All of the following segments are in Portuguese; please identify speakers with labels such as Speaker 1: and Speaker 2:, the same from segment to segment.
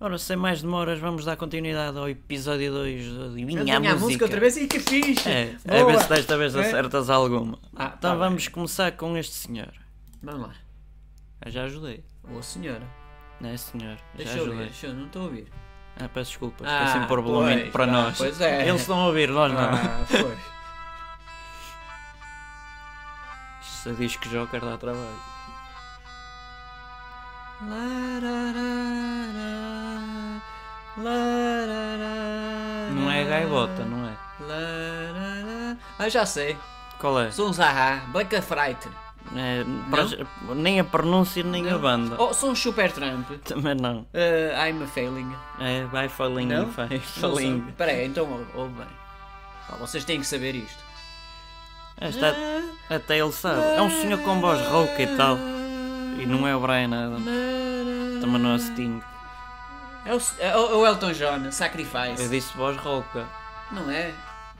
Speaker 1: Ora, sem mais demoras, vamos dar continuidade ao episódio 2 de Adivinha
Speaker 2: Adivinha a música outra vez e que fixe!
Speaker 1: É, a
Speaker 2: Boa.
Speaker 1: ver se desta vez
Speaker 2: É.
Speaker 1: acertas alguma.
Speaker 2: Ah, tá
Speaker 1: então
Speaker 2: bem.
Speaker 1: vamos começar com este senhor.
Speaker 2: Vamos lá.
Speaker 1: Ah, já ajudei.
Speaker 2: Ô senhora,
Speaker 1: Não é, senhor?
Speaker 2: deixa
Speaker 1: já
Speaker 2: eu ouvir,
Speaker 1: ajudei.
Speaker 2: deixa eu, não estou a ouvir.
Speaker 1: Ah, peço desculpa,
Speaker 2: Ah,
Speaker 1: esqueci de pôr volume
Speaker 2: pois,
Speaker 1: para
Speaker 2: pá,
Speaker 1: nós.
Speaker 2: pois é.
Speaker 1: Eles estão a ouvir, nós não.
Speaker 2: Ah, pois.
Speaker 1: Isto diz que Joker dá trabalho. Não é gaivota, não é?
Speaker 2: Larará. Ah, já sei.
Speaker 1: Qual é?
Speaker 2: São Zaha, Black Fright.
Speaker 1: É, para as- nem a pronúncia nem a banda.
Speaker 2: Oh, são Super Trump.
Speaker 1: Também não.
Speaker 2: Eh, I'm a failing.
Speaker 1: É, vai falinho,
Speaker 2: Não?
Speaker 1: vai
Speaker 2: Não sei.
Speaker 1: falinho.
Speaker 2: Espera aí, então ou- ouve bem. Pá, vocês têm que saber isto.
Speaker 1: Ah,
Speaker 2: Tá-
Speaker 1: está- até ele sabe. É um senhor com voz rouca e tal. E não é o Brian Adams. Também não é o Sting.
Speaker 2: É o, é o- é o Elton John, Sacrifice.
Speaker 1: Eu disse voz rouca.
Speaker 2: Não é?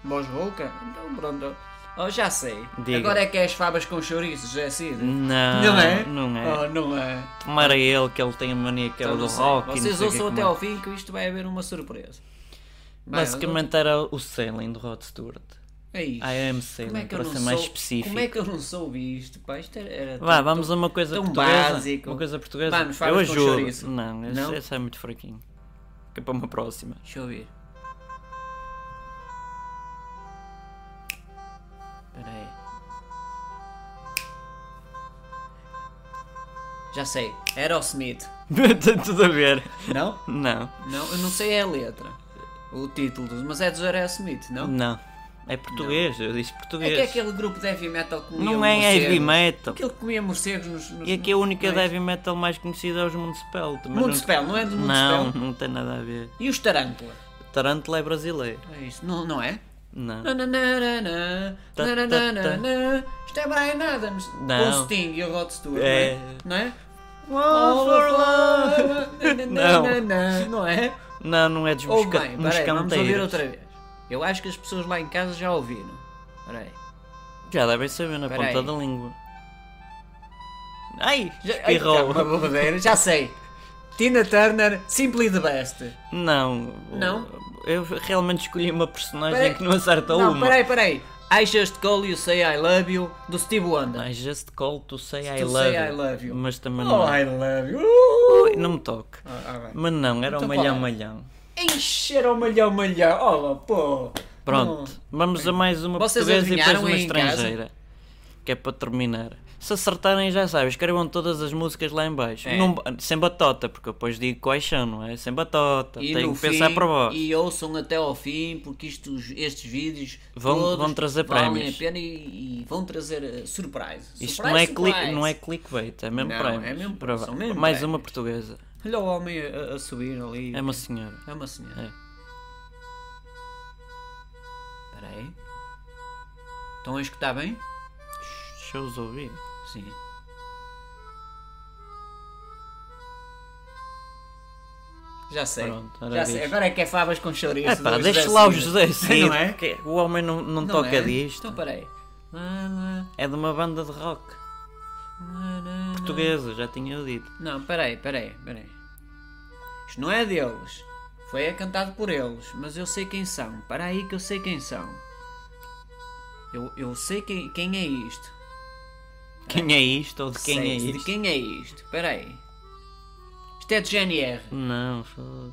Speaker 2: Voz rouca? Então pronto. Oh, já sei.
Speaker 1: Diga.
Speaker 2: Agora é que é as favas com chouriços, é assim?
Speaker 1: Não,
Speaker 2: Não é?
Speaker 1: Não é.
Speaker 2: Oh, não é.
Speaker 1: Tomara ele que ele tem a mania que
Speaker 2: Então
Speaker 1: era
Speaker 2: não
Speaker 1: do
Speaker 2: sei.
Speaker 1: rock. e não
Speaker 2: Vocês
Speaker 1: sei o
Speaker 2: ouçam
Speaker 1: que
Speaker 2: até
Speaker 1: mais.
Speaker 2: ao fim que isto vai haver uma surpresa. Vai,
Speaker 1: Basicamente era o Sailing do Rod Stewart.
Speaker 2: É isso.
Speaker 1: I am Sailing,
Speaker 2: Como é que eu
Speaker 1: para
Speaker 2: não
Speaker 1: ser mais
Speaker 2: sou-
Speaker 1: específico.
Speaker 2: Como é que eu não soube isto? Pá, isto era, era
Speaker 1: Vá,
Speaker 2: tão-
Speaker 1: vamos a uma coisa
Speaker 2: tão
Speaker 1: portuguesa.
Speaker 2: básico.
Speaker 1: Uma coisa portuguesa.
Speaker 2: Vamos,
Speaker 1: eu
Speaker 2: favas com
Speaker 1: ajudo.
Speaker 2: chouriço.
Speaker 1: Não, esse-
Speaker 2: Não?
Speaker 1: esse é muito fraquinho. Que é para uma próxima.
Speaker 2: Deixa eu ver. Espera aí. Já sei. Aerosmith.
Speaker 1: Tem tudo a ver.
Speaker 2: Não?
Speaker 1: Não,
Speaker 2: Não, eu não sei a letra. O título, mas é dos Aerosmith, não?
Speaker 1: não. É português, eu disse
Speaker 2: É
Speaker 1: português.
Speaker 2: que é aquele grupo de heavy metal que comia
Speaker 1: Não é
Speaker 2: morcegos.
Speaker 1: heavy metal.
Speaker 2: Aquele que comia morcegos nos... nos
Speaker 1: E aqui a única
Speaker 2: não é?
Speaker 1: heavy metal mais conhecida é os Municipal. também não-
Speaker 2: Municipal, não é do
Speaker 1: Não,
Speaker 2: Municipal?
Speaker 1: não tem nada a ver.
Speaker 2: E os Tarântula?
Speaker 1: Tarantula é brasileiro.
Speaker 2: É isso, não, não é?
Speaker 1: Não.
Speaker 2: Nananana,
Speaker 1: Tá, tá,
Speaker 2: nananana, Isto é Brian Adams.
Speaker 1: Não.
Speaker 2: Com o Sting e o Rod Stewart,
Speaker 1: É.
Speaker 2: não é?
Speaker 1: All for love. Não.
Speaker 2: Nananana, Não é?
Speaker 1: Não, não é dos
Speaker 2: Ou
Speaker 1: busca...
Speaker 2: Oh, bem,
Speaker 1: dos
Speaker 2: peraí, vamos ouvir
Speaker 1: canteiros.
Speaker 2: outra vez. Eu acho que as pessoas lá em casa já ouviram. Peraí.
Speaker 1: Já devem saber na
Speaker 2: Peraí.
Speaker 1: ponta da língua. Ai,
Speaker 2: Já, ai,
Speaker 1: espirrou.
Speaker 2: calma, bobadeira, já sei. Tina Turner, Simply the Best.
Speaker 1: Não.
Speaker 2: Não?
Speaker 1: Eu realmente escolhi uma personagem
Speaker 2: Peraí.
Speaker 1: que não acerta
Speaker 2: não,
Speaker 1: uma.
Speaker 2: peraí, peraí. I Just Call You Say I Love You, do Steve Wonder.
Speaker 1: I just call to say, I,
Speaker 2: To
Speaker 1: love
Speaker 2: say I
Speaker 1: you.
Speaker 2: love you.
Speaker 1: Mas também
Speaker 2: Oh,
Speaker 1: não. é.
Speaker 2: I love you.
Speaker 1: Não me toque.
Speaker 2: Ah, ah, bem.
Speaker 1: Mas não, era
Speaker 2: Então
Speaker 1: um
Speaker 2: qual
Speaker 1: malhão
Speaker 2: é?
Speaker 1: malhão.
Speaker 2: Encher ao malhão, malhão. Oh, pô. Hum.
Speaker 1: Pronto, vamos a mais uma
Speaker 2: Vocês
Speaker 1: portuguesa e depois
Speaker 2: adivinharam
Speaker 1: uma
Speaker 2: aí em casa?
Speaker 1: estrangeira. Que é para terminar. Se acertarem já sabem, escrevam todas as músicas lá em baixo.
Speaker 2: É.
Speaker 1: Não- sem batota, porque eu depois digo quais são, não é? Sem batota.
Speaker 2: E
Speaker 1: Tenho
Speaker 2: no
Speaker 1: que pensar
Speaker 2: fim-
Speaker 1: para vós.
Speaker 2: E ouçam até ao fim, porque isto, estes vídeos
Speaker 1: Vão-
Speaker 2: todos
Speaker 1: vão trazer
Speaker 2: valem
Speaker 1: prémios.
Speaker 2: a pena e, e vão trazer uh, surprise.
Speaker 1: Isto
Speaker 2: Surprise,
Speaker 1: não é,
Speaker 2: surprise.
Speaker 1: click, não é clickbait, é mesmo
Speaker 2: Não,
Speaker 1: prémios.
Speaker 2: é mesmo-
Speaker 1: Para-
Speaker 2: são mesmo
Speaker 1: mais
Speaker 2: prémios.
Speaker 1: uma portuguesa.
Speaker 2: Olha o homem a, a subir ali.
Speaker 1: É uma senhora.
Speaker 2: É uma senhora.
Speaker 1: É.
Speaker 2: Espera aí. Estão a escutar bem?
Speaker 1: Deixa eu os ouvir.
Speaker 2: Sim. Já sei.
Speaker 1: Pronto, era
Speaker 2: Já
Speaker 1: disto.
Speaker 2: sei. Agora é que é favas com chouriço.
Speaker 1: É pá,
Speaker 2: do
Speaker 1: deixa lá o
Speaker 2: Cid.
Speaker 1: José Cid,
Speaker 2: Não é?
Speaker 1: porque O homem não, não,
Speaker 2: Não
Speaker 1: toca
Speaker 2: é?
Speaker 1: disto.
Speaker 2: Então parei. Lá, lá,
Speaker 1: É de uma banda de rock.
Speaker 2: lá, lá.
Speaker 1: Portuguesa, já tinha dito.
Speaker 2: Não, peraí, peraí, peraí. Isto não é deles. Foi cantado por eles, mas eu sei quem são. Para aí que eu sei quem são. Eu, eu sei quem, quem é isto.
Speaker 1: Quem é isto ou de quem
Speaker 2: Sei
Speaker 1: é isto?
Speaker 2: De quem é isto? Peraí. Isto é de GNR.
Speaker 1: Não, foda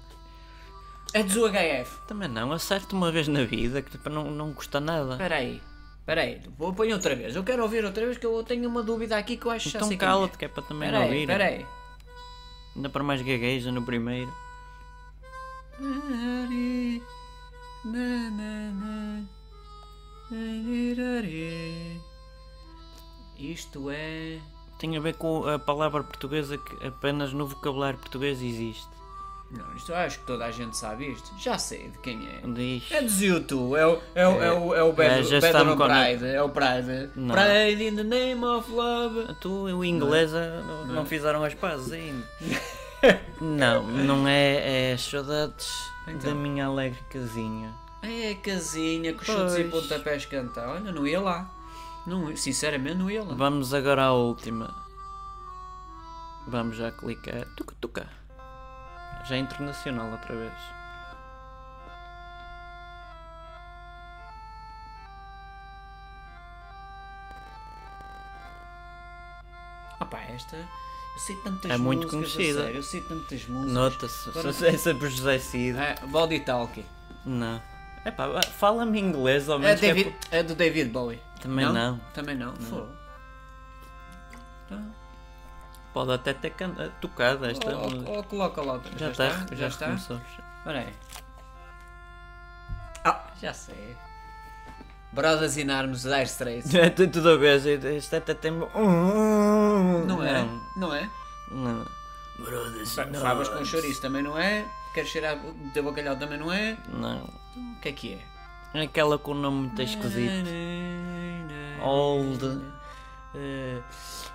Speaker 2: É dos UHF.
Speaker 1: Também não, acerto uma vez na vida, que tipo, não, não custa nada.
Speaker 2: Peraí. Peraí. Vou pôr outra vez. Eu quero ouvir outra vez que eu tenho uma dúvida aqui que eu acho que já
Speaker 1: Então
Speaker 2: sei quem é.
Speaker 1: cala-te, que é para também não
Speaker 2: Peraí,
Speaker 1: ouvir.
Speaker 2: peraí.
Speaker 1: Ainda para mais gagueja no primeiro.
Speaker 2: Isto é.
Speaker 1: Tem a ver com a palavra portuguesa que apenas no vocabulário português existe.
Speaker 2: Não, isto eu acho que toda a gente sabe isto. Já sei de quem é.
Speaker 1: Diz.
Speaker 2: É dos YouTube, é o, é o, é o, é o
Speaker 1: É,
Speaker 2: Bad,
Speaker 1: já
Speaker 2: Bad
Speaker 1: está-me
Speaker 2: on
Speaker 1: com-
Speaker 2: Pride. É o Pride.
Speaker 1: Não.
Speaker 2: Pride in the name of love.
Speaker 1: Tu e o inglês ah, não, não fizeram as pazes ainda. não, não é, é as saudades da
Speaker 2: Então.
Speaker 1: minha alegre casinha.
Speaker 2: É a casinha com chutes e
Speaker 1: Pois.
Speaker 2: pontapés cantar. Olha, não ia lá. Não, sinceramente, não ia lá.
Speaker 1: Vamos agora à última. Vamos já clicar. Tuca tuca. Já é internacional outra vez.
Speaker 2: Opá, esta. Eu sei tantas
Speaker 1: É muito
Speaker 2: músicas, a
Speaker 1: conhecida.
Speaker 2: sério, Eu sei tantas músicas.
Speaker 1: Nota-se.
Speaker 2: Agora-
Speaker 1: Se essa por José Cid.
Speaker 2: Ah, body Talk.
Speaker 1: Não. Epá, fala-me inglês ao
Speaker 2: É,
Speaker 1: menos. que é
Speaker 2: David, é do David Bowie.
Speaker 1: Também não.
Speaker 2: Também não. Fogo. Não.
Speaker 1: por- Pode até ter can... eh, tocado esta
Speaker 2: Ou-
Speaker 1: música.
Speaker 2: ou, ou coloca lá outra.
Speaker 1: Já,
Speaker 2: está?
Speaker 1: está,
Speaker 2: Oh, Já
Speaker 1: já,
Speaker 2: está?
Speaker 1: começou.
Speaker 2: Olha aí. Ah, já sei. Brothers in Arms, Dire Straits.
Speaker 1: Já está tudo a ver. Isto até tem. um, Não
Speaker 2: Não é? Não é?
Speaker 1: um. Não. Brothers, não.
Speaker 2: Favas com chouriço também não é? Queres cheirar de bacalhau também não é?
Speaker 1: Não.
Speaker 2: O que é que é?
Speaker 1: É Aquela com um nome muito esquisito. Old.
Speaker 2: Eh,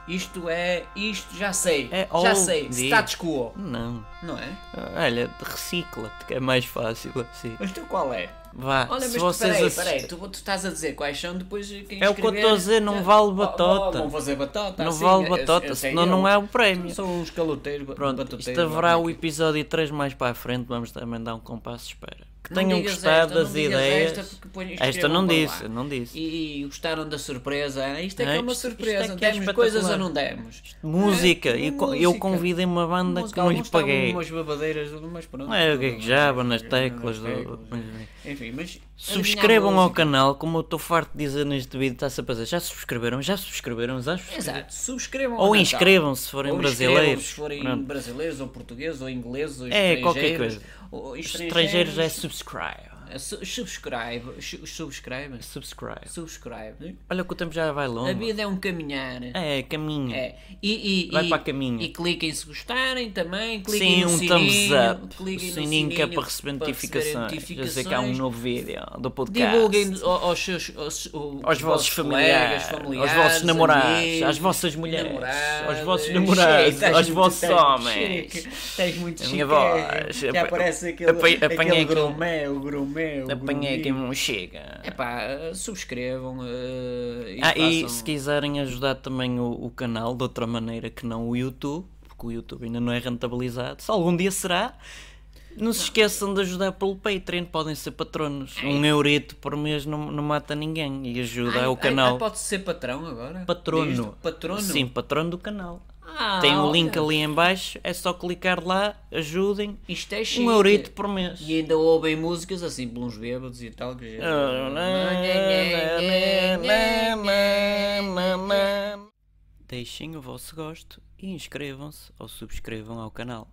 Speaker 2: isto é. Isto já sei.
Speaker 1: É
Speaker 2: já
Speaker 1: old,
Speaker 2: sei.
Speaker 1: diz.
Speaker 2: Status quo.
Speaker 1: Não.
Speaker 2: Não é?
Speaker 1: Olha, recicla-te, que é mais fácil assim.
Speaker 2: Mas tu qual é?
Speaker 1: Vá,
Speaker 2: Olha,
Speaker 1: se
Speaker 2: mas tu,
Speaker 1: vocês
Speaker 2: peraí,
Speaker 1: assist-
Speaker 2: peraí, tu, tu estás a dizer quais são, depois quem
Speaker 1: É o que eu
Speaker 2: escrever- Oh,
Speaker 1: estou a dizer, não vale batota.
Speaker 2: Não, fazer batota.
Speaker 1: Não
Speaker 2: assim,
Speaker 1: vale
Speaker 2: eu-
Speaker 1: batota,
Speaker 2: eu sei,
Speaker 1: senão não
Speaker 2: eu-
Speaker 1: é o prémio.
Speaker 2: São uns caloteiros, ba-
Speaker 1: Pronto,
Speaker 2: batoteiros,
Speaker 1: isto haverá
Speaker 2: lá,
Speaker 1: o
Speaker 2: como é que
Speaker 1: episódio 3 mais para a frente, vamos também dar um compasso de espera. Que
Speaker 2: é? Não
Speaker 1: tenham
Speaker 2: digas
Speaker 1: gostado
Speaker 2: esta,
Speaker 1: das
Speaker 2: não digas
Speaker 1: ideias.
Speaker 2: Esta, porque depois
Speaker 1: Esta
Speaker 2: escrevam
Speaker 1: não
Speaker 2: para
Speaker 1: disse,
Speaker 2: lá.
Speaker 1: não disse.
Speaker 2: E, e gostaram da surpresa. ah, Isto é que
Speaker 1: Ah,
Speaker 2: é uma
Speaker 1: isto- isto
Speaker 2: surpresa.
Speaker 1: é que é
Speaker 2: demos coisas ou
Speaker 1: espetacular.
Speaker 2: não demos?
Speaker 1: Música,
Speaker 2: É,
Speaker 1: eu,
Speaker 2: uma
Speaker 1: co- eu
Speaker 2: música.
Speaker 1: convidei uma banda é que
Speaker 2: Música,
Speaker 1: não lhe
Speaker 2: alguns estavam
Speaker 1: paguei.
Speaker 2: Umas babadeiras, mas pronto.
Speaker 1: Não é, eu gaguejava nas
Speaker 2: Nas
Speaker 1: teclas. do-
Speaker 2: teclas. é, Enfim, mas.
Speaker 1: Subscrevam ao
Speaker 2: adivinhar
Speaker 1: canal, como eu estou farto de dizer neste vídeo, está-se a fazer. Já subscreveram, já subscreveram, já
Speaker 2: música.
Speaker 1: subscreveram.
Speaker 2: Exato, subscrevam ao
Speaker 1: Ou
Speaker 2: Natal.
Speaker 1: inscrevam-se se forem
Speaker 2: É Ou inscrevam-se
Speaker 1: brasileiros.
Speaker 2: Se forem
Speaker 1: Pronto.
Speaker 2: brasileiros, ou portugueses, ou ingleses, ou
Speaker 1: É,
Speaker 2: estrangeiros.
Speaker 1: qualquer coisa.
Speaker 2: ou
Speaker 1: Estrangeiros é subscribe.
Speaker 2: Su- Subscribe, su- subscribe,
Speaker 1: Subscribe.
Speaker 2: subscribe.
Speaker 1: Olha que o tempo já vai
Speaker 2: A
Speaker 1: longe.
Speaker 2: vida é um caminhar.
Speaker 1: É, caminho.
Speaker 2: É. E, e,
Speaker 1: Vai
Speaker 2: e-
Speaker 1: para caminho.
Speaker 2: E cliquem se gostarem também. Cliquem
Speaker 1: Sim,
Speaker 2: no
Speaker 1: um thumbs
Speaker 2: sininho,
Speaker 1: up. O
Speaker 2: cliquem no
Speaker 1: sininho que é para receber
Speaker 2: para
Speaker 1: notificações. Quer dizer que há um
Speaker 2: notificações.
Speaker 1: novo vídeo do podcast.
Speaker 2: Divulguem ao- aos seus aos, aos
Speaker 1: Aos vossos
Speaker 2: colegas,
Speaker 1: familiares, aos
Speaker 2: familiares,
Speaker 1: vossos namorados,
Speaker 2: amigos,
Speaker 1: às vossas mulheres,
Speaker 2: namoradas.
Speaker 1: aos vossos namorados,
Speaker 2: Cheio, estás
Speaker 1: aos
Speaker 2: muito-
Speaker 1: vossos
Speaker 2: estás muito
Speaker 1: homens.
Speaker 2: chique, Estás muito
Speaker 1: A minha
Speaker 2: chique,
Speaker 1: voz.
Speaker 2: Já
Speaker 1: Apa-
Speaker 2: aparece aquele,
Speaker 1: apanhei-
Speaker 2: aquele
Speaker 1: apanhei aquele-
Speaker 2: gromé, o gromé, o
Speaker 1: Apanhei um-
Speaker 2: grumbi.
Speaker 1: quem não chega.
Speaker 2: Epá, eh, subscrevam eh, e
Speaker 1: Ah, e
Speaker 2: façam-
Speaker 1: se quiserem ajudar também o, o canal de outra maneira que não o YouTube, porque o YouTube ainda não é rentabilizado, se algum dia será, não se esqueçam de ajudar pelo Patreon, podem ser patronos. Um eurito por mês não, não mata ninguém e ajuda
Speaker 2: Ai,
Speaker 1: ao
Speaker 2: ai,
Speaker 1: canal.
Speaker 2: ai, pode ser patrão agora?
Speaker 1: Patrono.
Speaker 2: Disto, Patrono?
Speaker 1: Sim, patrono do canal.
Speaker 2: Ah,
Speaker 1: Tem o
Speaker 2: olha,
Speaker 1: link ali em baixo, é só clicar lá, ajudem.
Speaker 2: Isto é chique.
Speaker 1: Um eurito por mês.
Speaker 2: E ainda ouvem músicas assim, por uns bêbados e tal. Que...
Speaker 1: Deixem o vosso gosto e inscrevam-se ou subscrevam ao canal.